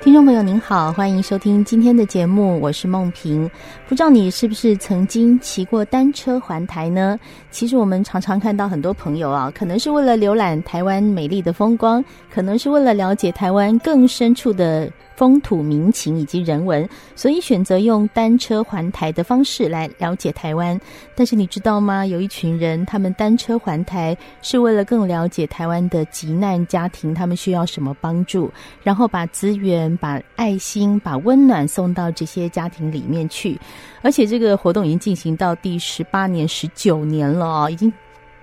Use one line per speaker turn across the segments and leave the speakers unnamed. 听众朋友您好，欢迎收听今天的节目，我是梦萍。不知道你是不是曾经骑过单车环台呢？其实我们常常看到很多朋友啊，可能是为了浏览台湾美丽的风光，可能是为了了解台湾更深处的风土民情以及人文，所以选择用单车环台的方式来了解台湾。但是你知道吗？有一群人，他们单车环台是为了更了解台湾的急难家庭，他们需要什么帮助。然后把资源、把爱心、把温暖送到这些家庭里面去。而且这个活动已经进行到第十八年、十九年了哦，已经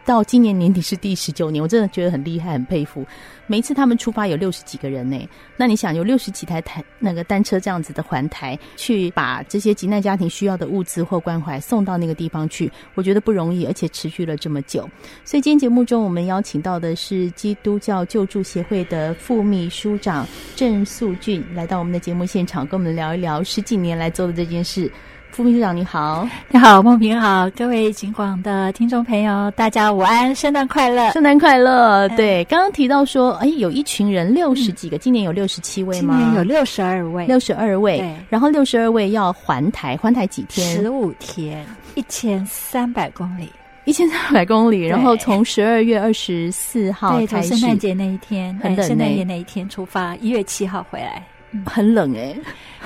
到今年年底是第十九年，我真的觉得很厉害，很佩服。每一次他们出发有六十几个人呢，那你想有六十几台台那个单车这样子的环台，去把这些急难家庭需要的物资或关怀送到那个地方去，我觉得不容易，而且持续了这么久。所以今天节目中，我们邀请到的是基督教救助协会的副秘书长郑素俊来到我们的节目现场，跟我们聊一聊十几年来做的这件事。副秘书长你好，
你好，梦萍好，各位警广的听众朋友，大家午安，圣诞快乐！
圣诞快乐！
嗯
对，刚刚提到说，哎，有一群人六十几个，今年有六十七位
今
吗？
年有六十二位，
六十二位
对，
然后六十二位要环台，环台几
十
天？
五天，一千三百公里，
一千三百公里，然后从十二月二十四号
对，
开始，
从圣诞节那一天，
很冷
哎圣诞
呢
节那一天出发，一月七号回来。
很冷哎、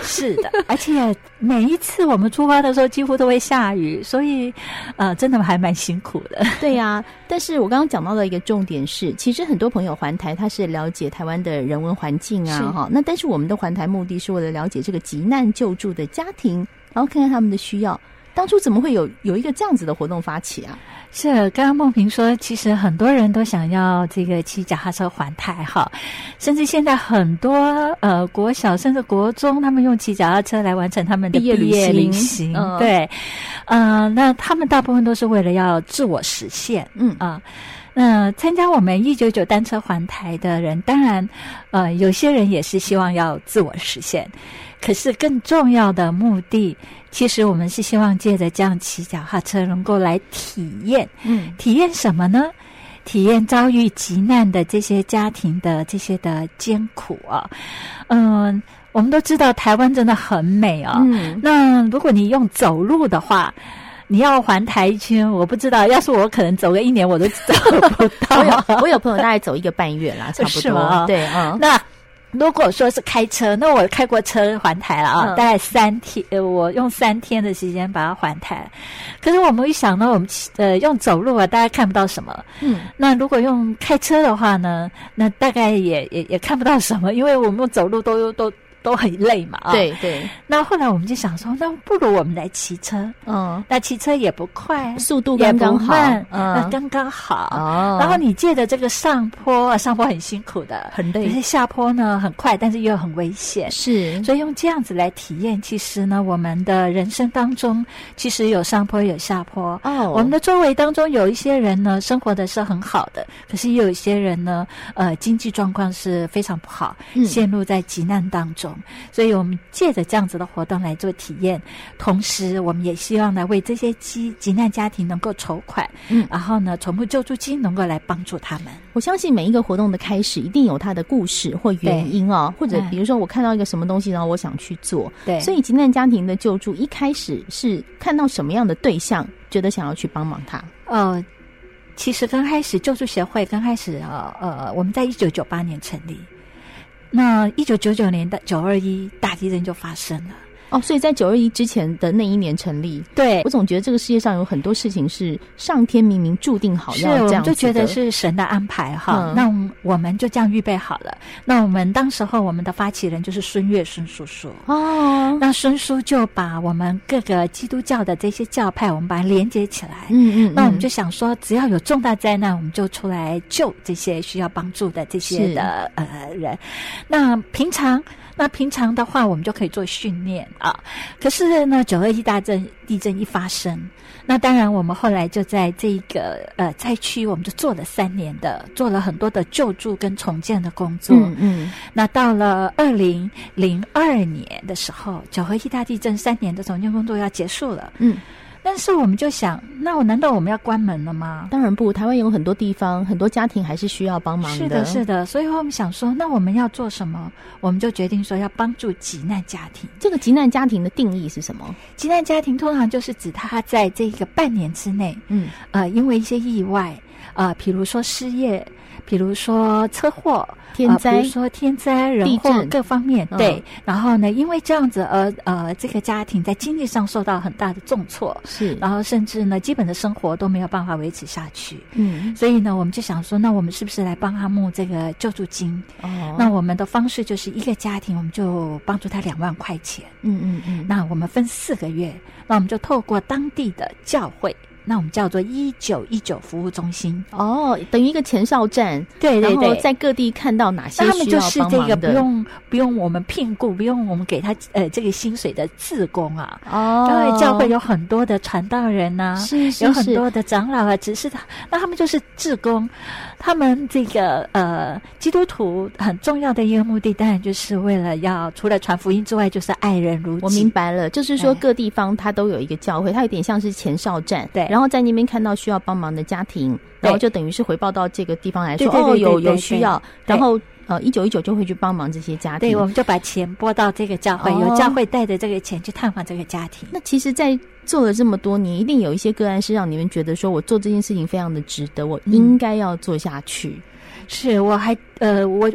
是的， 而且每一次我们出发的时候，几乎都会下雨，所以，呃，真的还蛮辛苦的。
对呀、但是我刚刚讲到的一个重点是，其实很多朋友环台，他是了解台湾的人文环境
是
啊，哈。那但是我们的环台目的是为了了解这个急难救助的家庭，然后看看他们的需要。当初怎么会有有一个这样子的活动发起啊？
是，刚刚梦萍说，其实很多人都想要这个骑脚踏车环台哈，甚至现在很多呃国小甚至国中，他们用骑脚踏车来完成他们的
毕业旅
毕业
行
旅行。
嗯
对，呃，那他们大部分都是为了要自我实现
嗯，
啊。那参加我们一九九单车环台的人，当然，呃，有些人也是希望要自我实现，可是更重要的目的，其实我们是希望借着这样骑脚踏车，能够来体验
嗯，
体验什么呢？体验遭遇急难的这些家庭的这些的艰苦啊、嗯，我们都知道台湾真的很美啊、
嗯，
那如果你用走路的话，你要环台一圈，我不知道，要是我可能走个一年我都走不
我有
到。
我有朋友大概走一个半月 啦，差不
是吗
多。对，嗯，
那如果说是开车，那我开过车环台了啊，
嗯
大概三天，呃我用三天的时间把它环台。可是我们一想呢，我们骑呃用走路啊，大家看不到什么。
嗯，
那如果用开车的话呢，那大概也也也看不到什么，因为我们走路都都都很累嘛啊。。
对对，
那后来我们就想说，那不如我们来骑车。
嗯，
那骑车也不快，
速度
也
刚
不
刚好
慢，，那
嗯，
刚刚好。
哦，
然后你借着这个上坡，啊上坡很辛苦的，
很
可
累，
是下坡呢很快，但是又很危险。
是，
所以用这样子来体验，其实呢，我们的人生当中其实有上坡有下坡。
哦，
我们的周围当中有一些人呢，生活的是很好的，可是也有一些人呢，呃，经济状况是非常不好，
嗯
陷入在急难当中。所以我们借着这样子的活动来做体验，同时我们也希望呢，为这些急急难家庭能够筹款，
嗯
然后呢，从募救助金能够来帮助他们。
我相信每一个活动的开始一定有它的故事或原因哦，或者
嗯
比如说我看到一个什么东西，然后我想去做。
对，
所以急难家庭的救助一开始是看到什么样的对象，觉得想要去帮忙他？
呃，其实刚开始救助协会刚开始呃呃，我们在一九九八年成立，那一九九九年的九二一大地震就发生了。
哦，所以在九二一之前的那一年成立，
对
我，总觉得这个世界上有很多事情是上天明明注定好
是，
要
我
这
们
样子
就
的，
觉得是神的安排哈。
嗯
那我们我们就这样预备好了。那我们当时候我们的发起人就是孙悦孙叔叔。
哦，
那孙叔就把我们各个基督教的这些教派，我们把它连接起来。
嗯嗯，
那我
嗯
们就想说，只要有重大灾难，我们就出来救这些需要帮助的这些的呃人。那平常那平常的话，我们就可以做训练啊。可是呢，九二一大震地震一发生，那当然我们后来就在这个呃灾区，我们就做了三年的，做了很多的救助跟重建的工作。
嗯嗯
那到了二零零二年的时候，九合一大地震三年的重建工作要结束了，
嗯，
但是我们就想，那我难道我们要关门了吗？
当然不，台湾有很多地方，很多家庭还是需要帮忙
是
的，
的，是的，所以我们想说，那我们要做什么？我们就决定说要帮助急难家庭。
这个急难家庭的定义是什么？
急难家庭通常就是指他在这个半年之内，
嗯
呃，因为一些意外，呃，比如说失业，比如说车祸，
天灾
呃比如说天灾、人
地
祸
震
各方面，
嗯
对。然后呢，因为这样子而呃，这个家庭在经济上受到很大的重挫，
是，
然后甚至呢，基本的生活都没有办法维持下去。
嗯
所以呢，我们就想说，那我们是不是来帮他募这个救助金？
哦，
那我们的方式就是一个家庭，我们就帮助他两万块钱。
嗯嗯嗯，
那我们分四个月，那我们就透过当地的教会，那我们叫做一九一九服务中心。
哦，等于一个前哨站，
对
然
对
后
对，
在各地看到哪些
那他们
需
就
要
是
帮
这
忙
个
的，
不用不用我们聘雇，不用我们给他呃这个薪水的自工啊。
哦，
当然，教会有很多的传道人啊呐、
是是
有很
是
多的长老啊，只是他，那他们就是志工，他们这个呃基督徒很重要的一个目的，当然就是为了要除了传福音之外，就是爱人如己。
我明白了，就是说
哎
各地方它都有一个教会，它有点像是前哨站，
对
然后在那边看到需要帮忙的家庭，然后就等于是回报到这个地方来说，
对对对
哦，有
对对
有需要，
对
然后呃，一九一九就会去帮忙这些家
对，
庭
我。们就把钱拨到这个教会，
哦
由教会带着这个钱去探访这个家庭。
那其实，在做了这么多年，一定有一些个案是让你们觉得说，我做这件事情非常的值得，
嗯
我应该要做下去。
是我还呃我。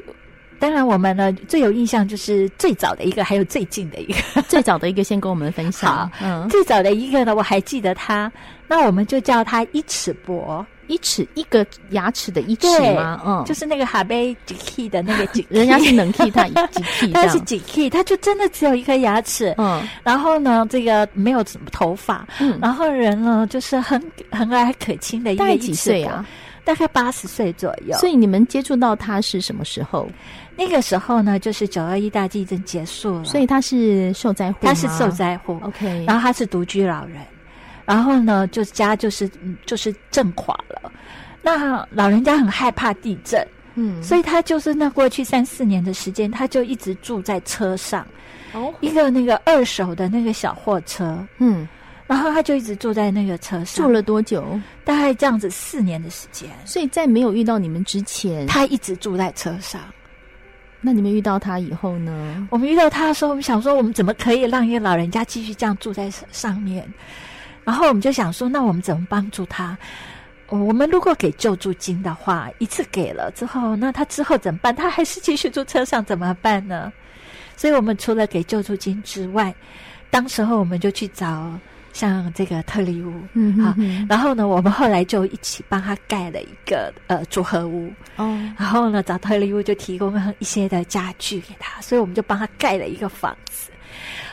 当然，我们呢最有印象就是最早的一个，还有最近的一个。
最早的一个先跟我们分享
好，
嗯，
最早的一个呢，我还记得他，那我们就叫他一尺伯，
一尺一个牙齿的一尺
对
吗？嗯，
就是那个哈贝吉 k 的那个吉 k，
人家是能替他 一级替，
他是几 k，他就真的只有一颗牙齿，
嗯
然后呢，这个没有头发，
嗯，
然后人呢就是很很矮可亲的一
大
个
概
一
几
尺
岁
伯
啊？？
大概八十岁左右。
所以你们接触到他是什么时候？
那个时候呢，就是九二一大地震结束了，
所以他是受灾户吗，
他是受灾户，
，OK，
然后他是独居老人，然后呢，就家就是嗯就是震垮了。那老人家很害怕地震，
嗯，
所以他就是那过去三四年的时间，他就一直住在车上，
哦，
一个那个二手的那个小货车，
嗯，
然后他就一直住在那个车上，
住了多久？
大概这样子四年的时间，
所以在没有遇到你们之前，
他一直住在车上。
那你们遇到他以后呢？
我们遇到他的时候，我们想说，我们怎么可以让一个老人家继续这样住在上面？然后我们就想说，那我们怎么帮助他？呃我们如果给救助金的话，一次给了之后，那他之后怎么办？他还是继续住车上怎么办呢？所以我们除了给救助金之外，当时候我们就去找像这个特例屋，
嗯
好
哼
然后呢，我们后来就一起帮他盖了一个呃组合屋，
哼，
然后呢，找特利屋就提供了一些的家具给他，所以我们就帮他盖了一个房子。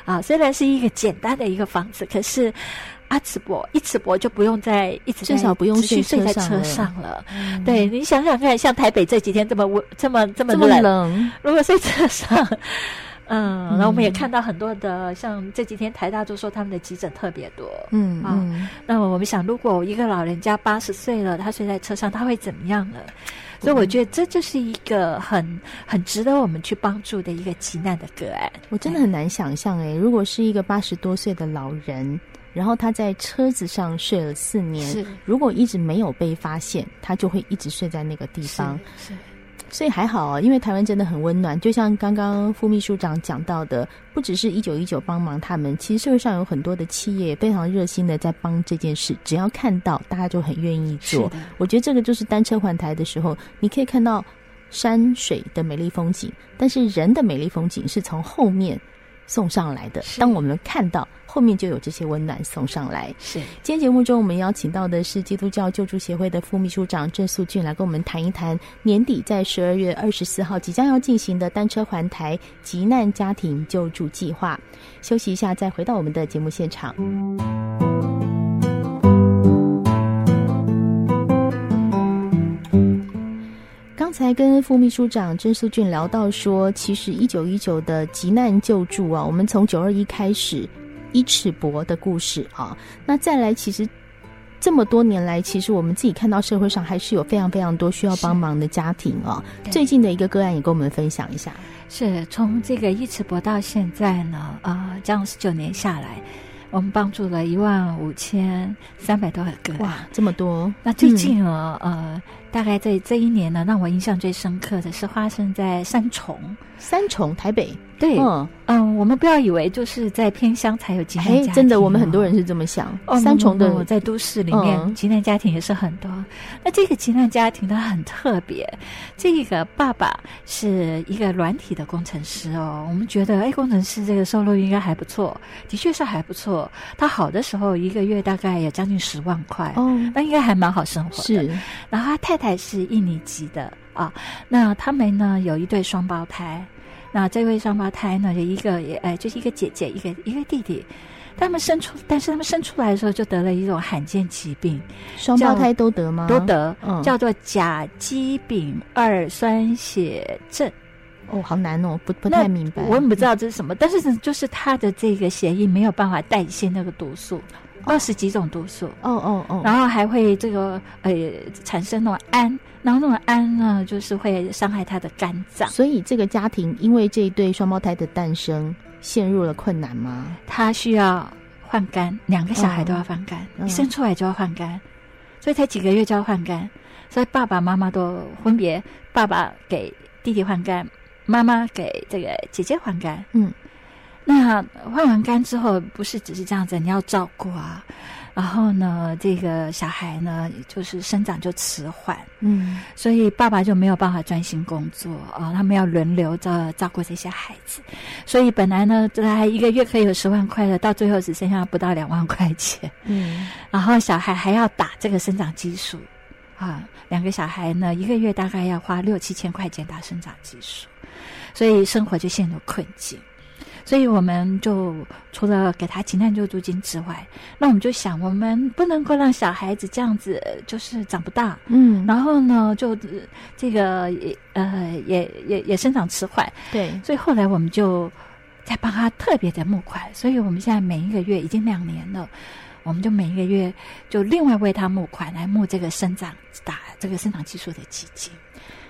啊，虽然是一个简单的一个房子，可是啊阿茨伯一茨伯就不用再一直在
至少不用
持续
睡
睡在
车上
车
了
上了。
哦，
对你想想看，像台北这几天这么温、这么这么
这么
冷，
冷，
如果睡车上， 嗯，然后我们也
嗯
看到很多的，像这几天台大就说他们的急诊特别多，
嗯
啊
嗯，
那么我们想，如果一个老人家八十岁了，他睡在车上，他会怎么样呢？所以我觉得这就是一个很很值得我们去帮助的一个急难的个案。
我真的很难想象哎，如果是一个八十多岁的老人，然后他在车子上睡了四年。
是
如果一直没有被发现，他就会一直睡在那个地
是
方。
是
所以还好啊，因为台湾真的很温暖。就像刚刚副秘书长讲到的，不只是一九一九帮忙他们，其实社会上有很多的企业也非常热心的在帮这件事。只要看到，大家就很愿意
是
做。
的，
我觉得这个就是单车环台的时候，你可以看到山水的美丽风景，但是人的美丽风景是从后面送上来的。
是
当我们看到后面就有这些温暖送上来。
是
今天节目中，我们邀请到的是基督教救助协会的副秘书长郑素俊，来跟我们谈一谈年底在十二月二十四号即将要进行的单车环台急难家庭救助计划。休息一下，再回到我们的节目现场。刚才跟副秘书长郑素俊聊到说，其实一九一九的急难救助啊，我们从九二一开始，一尺帛的故事啊，那再来，其实这么多年来，其实我们自己看到社会上还是有非常非常多需要帮忙的家庭哦。
对
最近的一个个案也跟我们分享一下，
是，从这个一尺博到现在呢，呃，这样十九年下来，我们帮助了一万五千三百多个人。
哇，这么多！嗯
那最近呢，呃，大概在这一年呢，让我印象最深刻的是发生在三重。
三重台北，
对，嗯、
嗯，
我们不要以为就是在偏乡才有急难家
哎
庭、，
真的，我们很多。人是这么想。
哦，
三重
不不不
的
在都市里面，
嗯
急难家庭也是很多。那这个急难家庭它很特别，这个爸爸是一个软体的工程师哦。我们觉得，哎，工程师这个收入应该还不错，的确是还不错。他好的时候，一个月大概有将近十万块，
哦，
那应该还蛮好生活的。
是
然后他太太是印尼籍的啊，那他们呢有一对双胞胎，那这位双胞胎呢有一个也哎就是一个姐姐一个一个弟弟，他们生出但是他们生出来的时候就得了一种罕见疾病，
双胞胎都得吗？
都得、
嗯
叫做甲基丙二酸血症，
哦，好难哦，不不太明白。
我也不知道这是什么，但是就是他的这个血液没有办法代谢那个毒素，二十几种毒素。
哦哦哦，
然后还会这个呃产生那种氨，然后那种氨呢，就是会伤害他的肝脏。
所以这个家庭因为这一对双胞胎的诞生陷入了困难吗？
他需要换肝，两个小孩都要换肝，
嗯
一生出来就要换肝，所以才几个月就要换肝。所以爸爸妈妈都分别，爸爸给弟弟换肝，妈妈给这个姐姐换肝。
嗯，
那换完肝之后，不是只是这样子，你要照顾啊。然后呢，这个小孩呢，就是生长就迟缓。
嗯，
所以爸爸就没有办法专心工作啊、他们要轮流照照顾这些孩子，所以本来呢，这还一个月可以有十万块的，到最后只剩下不到两万块钱，
嗯，
然后小孩还要打这个生长激素啊， 两个小孩呢，一个月大概要花六七千块钱打生长激素，所以生活就陷入困境。所以我们就除了给他急难救助金之外，那我们就想，我们不能够让小孩子这样子，呃就是长不大，
嗯，
然后呢，就呃这个也呃也也也生长迟缓，
对，
所以后来我们就在帮他特别的募款，所以我们现在每一个月已经两年了，我们就每一个月就另外为他募款来募这个生长打这个生长激素的基金。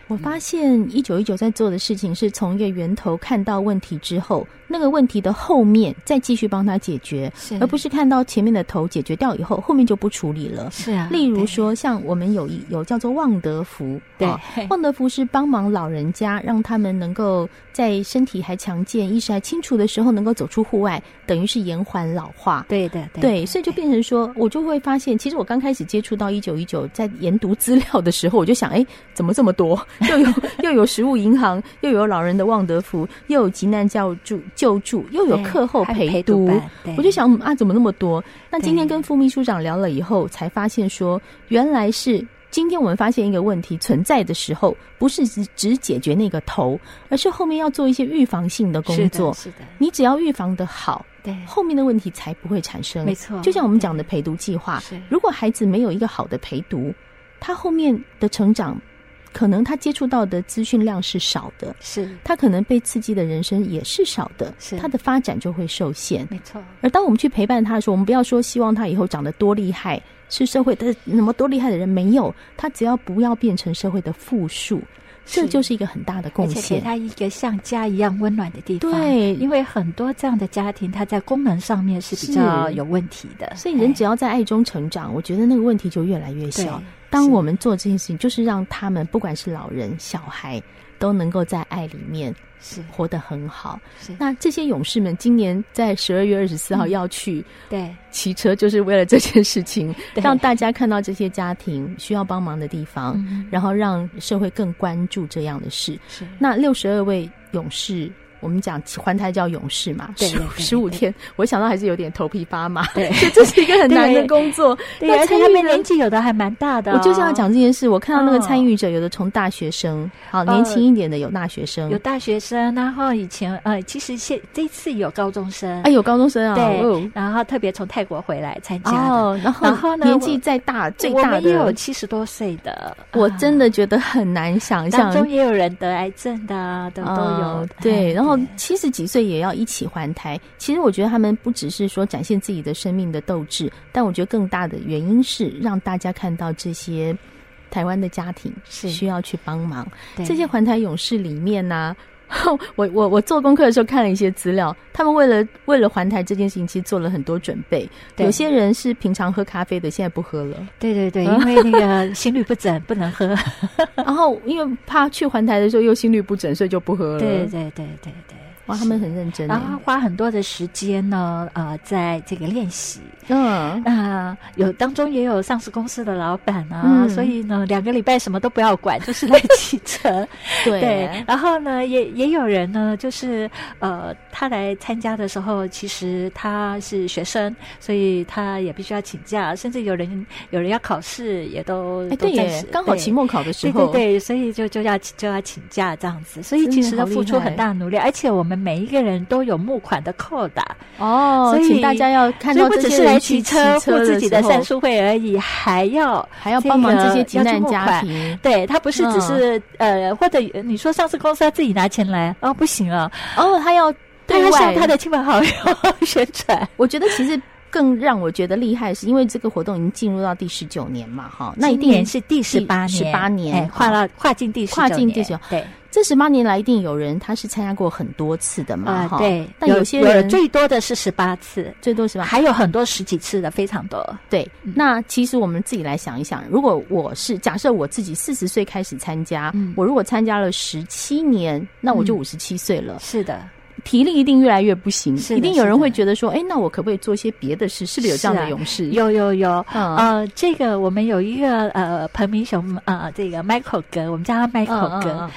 我发现一九一九在做的事情是从一个源头看到问题之后，那个问题的后面再继续帮他解决，
是
而不是看到前面的头解决掉以后，后面就不处理了。
是啊，
例如
对，
说，像我们有一有叫做旺德福，
对
啊旺德福是帮忙老人家，让他们能够在身体还强健、意识还清楚的时候，能够走出户外，等于是延缓老化。
对的，对
对，所以就变成说，我就会发现，其实我刚开始接触到一九一九，在研读资料的时候，我就想，哎，怎么这么多？ 又有又有食物银行，又有老人的旺德福，又有急难救助救助，又有
对
课后
还有
陪
陪
读。
伴对
我就想嗯啊，怎么那么多？那今天
对
跟副秘书长聊了以后，才发现说，原来是今天我们发现一个问题存在的时候，不是只只解决那个头，而是后面要做一些预防性的工作。
是的，是的
你只要预防的好，
对，
后面的问题才不会产生。
没错
就像我们讲的陪读计划
是，
如果孩子没有一个好的陪读，他后面的成长，可能他接触到的资讯量是少的，
是
他可能被刺激的人生也是少的，
是
他的发展就会受限。
没错，
而当我们去陪伴他的时候，我们不要说希望他以后长得多厉害，是社会的那么多厉害的人，没有，他只要不要变成社会的负数，这
是
就是一个很大的
而
贡
且给
献。
他一个像家一样温暖的地方。
对
因为很多这样的家庭，它在功能上面是比较
是
有问题的，哎
所以人只
要
要在爱中成长，我觉得那个问题就越来越小
对。
当
是
我们做这件事情，就是让他们不管是老人、小孩，都能够在爱里面
是
活得很好。
是
那这些勇士们今年在十二月二十四号
嗯
要去
对
骑车，就是为了这件事情，
对
让大家看到这些家庭需要帮忙的地方，
嗯
然后让社会更关注这样的事。
是
那六十二位勇士我们讲环台叫勇士嘛，
对
十
对对
十五
对
天，我想到还是有点头皮发麻，
对
所以 这是一个很难的工 作。
对，
那
而
参
且
与
他们
了
年纪有的还蛮大的哦、
我就是要讲这件事，我看到那个
哦
参与者，有的从大学生，好
呃
年轻一点的有大学生
有，大学生，然后以前呃，其实现这次有高中生，
哎，有高中生啊，
对
哦，
然后特别从泰国回来参加的。
哦，然后
然后呢
年
我
纪再大最
我
大
们也有
的，
七十多岁的，
我
啊
真的觉得很难想象
当。中也有人得癌症的啊，都都有
嗯。对，
哎
然后七十几岁也要一起还台。其实我觉得他们不只是说展现自己的生命的斗志，但我觉得更大的原因是让大家看到这些台湾的家庭
是
需要去帮忙。
对
这些环台勇士里面呢、 我我我做功课的时候看了一些资料，他们为了为了环台这件事情，其实做了很多准备。
对
有些人是平常喝咖啡的，现在不喝了。
对对对，因为那个心律不整不能喝，
然后因为怕去环台的时候又心律不整，所以就不喝了。
对对对对对。
哇，他们很认真欸。
然后花很多的时间呢，呃，在这个练习。
嗯，
那、有当中也有上市公司的老板啊，
嗯
所以呢，两个礼拜什么都不要管， 就是来骑车。
对哎
对，然后呢，也也有人呢，就是呃，他来参加的时候，其实他是学生，所以他也必须要请假，甚至有人有人要考试，也都
哎，
都
对
暂
耶
时，
刚好
对
期末考的时
对
候，
对对，所以就就要就要请假这样子，所以
真
其
的
实
好
要付
厉
出
害
很大努力，而且我们每一个人都有募款的扣打，
哦，
所以
请大家要看
所以
到
不
这
只
些
是来
人去
骑
骑
车
车
付自己的
时候
善书会而已，还要。
还要
这
帮忙这
个
些急
要去
难
募
家
款
庭
对他不是只是、
嗯
呃，或者你说上市公司他自己拿钱来哦，不行啊，
哦，他要
他
对
要向
外
他的亲朋好友宣传。
我觉得其实更让我觉得厉害，是因为这个活动已经进入到第十九年嘛，哈， 那一
今
定
年是第十八年，
18年
哎跨了跨境第十九
跨境第
年
19
对
这十八年来一定有人他是参加过很多次的嘛，
啊、
哈、
对，
但有些人
最多的是十八次，
最多是吧？
还有很多十几次的，非常多。
对，
嗯
那其实我们自己来想一想，如果我是假设我自己四十岁开始参加，
嗯
我如果参加了十七年，那我就
嗯
五十七岁了，
是的，
体力一定越来越不行，
是的
一定有
是
人
的
会觉得说，哎，那我可不可以做一些别的事？是不是有这样
是
的
啊
勇士？
有有有。
嗯，
呃，这个我们有一个呃彭明雄呃，这个 Michael 哥，我们叫他
嗯
Michael 哥。
嗯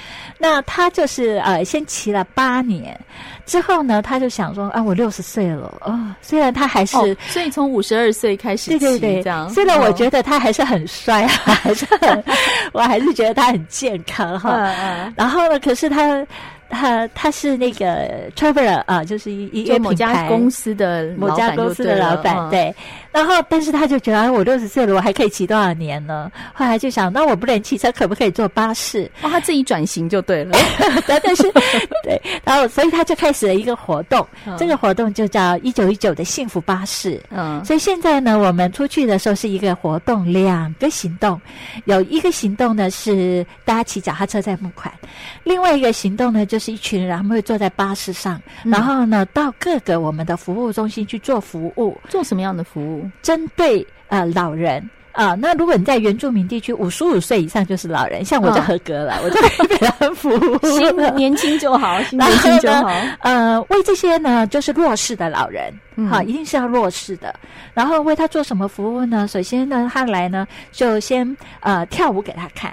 那他就是呃，先骑了八年，之后呢，他就想说啊，我六十岁了啊、哦，虽然他还是、
哦，所以从五十二岁开始
对对
骑
对
这样，，
虽然我
嗯
觉得他还是很帅，还 是很，我还是觉得他很健康哈。
嗯
然后呢，可是他他他是那个 Traveler 啊、就是一一
就
个
某
品
家
牌
公司的
某家公司的老板，
对了，嗯
对。然后，但是他就觉得，啊我六十岁了，我还可以骑多少年呢？后来就想，那我不能骑车，可不可以坐巴士？
嗯哦，他自己转型就对了。
但是，对，然后所以他就开始了一个活动，
嗯
这个活动就叫“一九一九的幸福巴士”。
嗯，
所以现在呢，我们出去的时候是一个活动，两个行动，有一个行动呢是大家骑脚踏车在募款，另外一个行动呢就是一群人他们会坐在巴士上，
嗯
然后呢到各个我们的服务中心去做服务，
做什么样的服务？
针对呃老人。啊、那如果你在原住民地区，五十五岁以上就是老人，像我就
嗯
合格了，我就可以给他们服务
新
了。
年轻就好，新
然
年
后
轻就好。
呃，为这些呢，就是弱势的老人，
嗯
好、一定是要弱势的。然后为他做什么服务呢？首先呢，他来呢，就先呃跳舞给他看，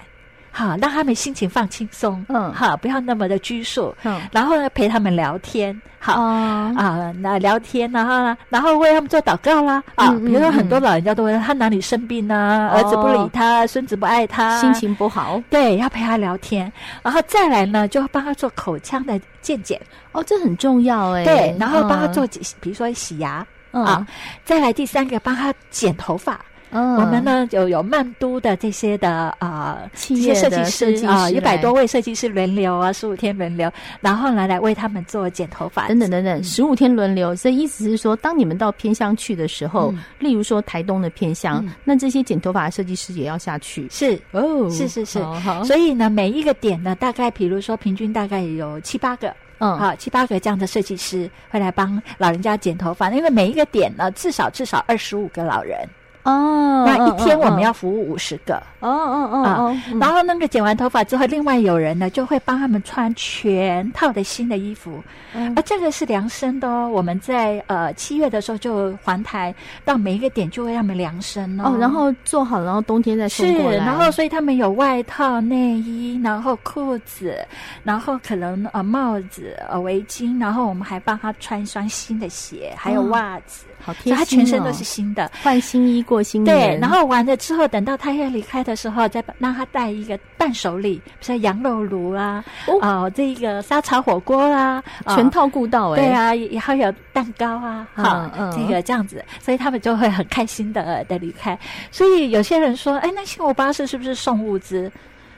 好，让他们心情放轻松，
嗯
好，不要那么的拘束。
嗯，
然后呢，陪他们聊天，好。
哦，
啊，那聊天，然后呢，然后为他们做祷告啦。啊，
嗯嗯
比如说很多
嗯
老人家都问他哪里生病啊，儿子不
哦
理他，孙子不爱他，
心情不好
对，要陪他聊天，然后再来呢，就帮他做口腔的健检，
哦，这很重要哎。
对，然后帮他
嗯
做几，比如说洗牙
嗯
啊，再来第三个帮他剪头发。
嗯
我们呢有有曼都的这些的啊。这
企
些
业
设计
的设
师
计
啊，
师哎
一百
来
多位设计师轮流啊，十五天轮流，然后呢来为他们做剪头发
等等等等，十五天轮流，这意思是说，当你们到偏乡去的时候
嗯，
例如说台东的偏乡
嗯，
那这些剪头发的设计师也要下去
是。
哦。
是是是
好好，
所以呢，每一个点呢，大概比如说平均大概有七八个，
嗯，
啊，七八个这样的设计师会来帮老人家剪头发，因为每一个点呢，至少至少二十五个老人。
哦，
那一天我们
要
要服务五十个，
哦哦哦哦，嗯
然后那个剪完头发之后，另外有人呢就会帮他们穿全套的新的衣服，
嗯
啊，这个是量身的哦。我们在呃七月的时候就还台到每一个点就为他们量身哦，
哦，然后做好了，然后冬天再送
是，
过来。
然后所以他们有外套、内衣，然后裤子，然后可能呃帽子、呃围巾，然后我们还帮他穿一双新的鞋，还有
哦
袜子，
好
所
贴心、
以
哦，
他全身都是新的。
换新衣过新年。
对，然后完了之后，等到他要离开的时候，再把让他带一个伴手礼，比如说羊肉炉啊，
哦
哦、这个沙茶火锅啦、啊，
全套顾到、哎、
对，啊，然后有蛋糕啊，
嗯
哈、
嗯
这个这样子，所以他们就会很开心的的离开。所以有些人说，哎，那幸福巴士是不是送物资？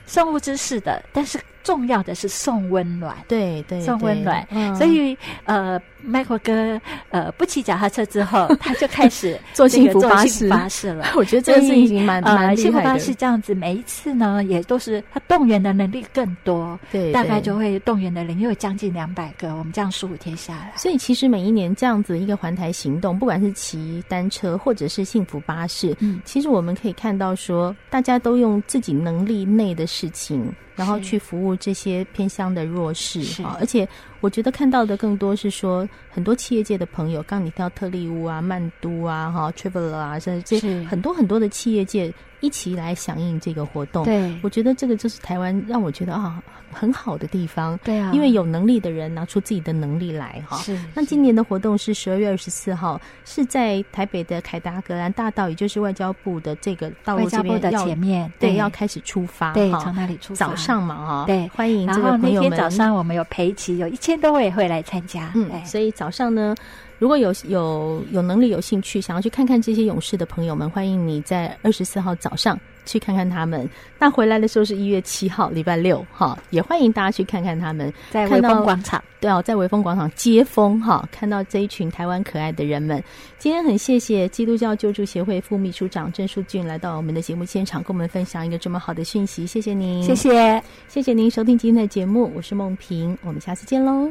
送物资是的，但是重要的是送温暖。
对对，
送温
对
暖
嗯
所以，呃，Michael 哥，呃，不骑脚踏车之后，他就开始
做
这
幸
个
福巴
幸
士
福巴士了。
我觉嗯 得这个事
所
情
以
已经蛮蛮
呃，
厉
幸福
害
巴
的。
士这样子，每一次呢，也都是他动员的能力更多，
对，
大概
对
就会动员的人又有将近两百个。我们这样十五天下来，
所以其实每一年这样子一个环台行动，不管是骑单车或者是幸福巴士，
嗯
其实我们可以看到说，大家都用自己能力内的事情，然后
是
去服务这些偏乡的弱势
是
啊。而且我觉得看到的更多是说，很多企业界的朋友，刚刚你提到特利屋啊、曼都啊、哈、Traveler 啊，甚至
是
很多很多的企业界一起来响应这个活动。
对
我觉得这个就是台湾让我觉得啊很好的地方，
对啊，
因为有能力的人拿出自己的能力来哈。
是
那今年的活动是十二月二十四号，是在台北的凯达格兰大道，也就是外交部的这个道
外
路这
交部
边
的
要
前面
对要开始出发
对
哈
从那里出发
早。上嘛哈，
对
欢迎
然
这个
后
朋
那
友
天
们
早上我们有陪骑，有一千多位会来参加。
嗯，
哎
所以早上呢，如果有有有能力、有兴趣，想要去看看这些勇士的朋友们，欢迎你在二十四号早上去看看他们。那回来的时候是一月七号，礼拜六哈，也欢迎大家去看看他们。
在
看
微
到
风广场，
对哦，在微风广场接风哈，看到这一群台湾可爱的人们。今天很谢谢基督教救助协会副秘书长郑淑俊来到我们的节目现场，跟我们分享一个这么好的讯息，谢谢您，
谢，谢。
谢谢您收听今天的节目，我是梦萍，我们下次见喽。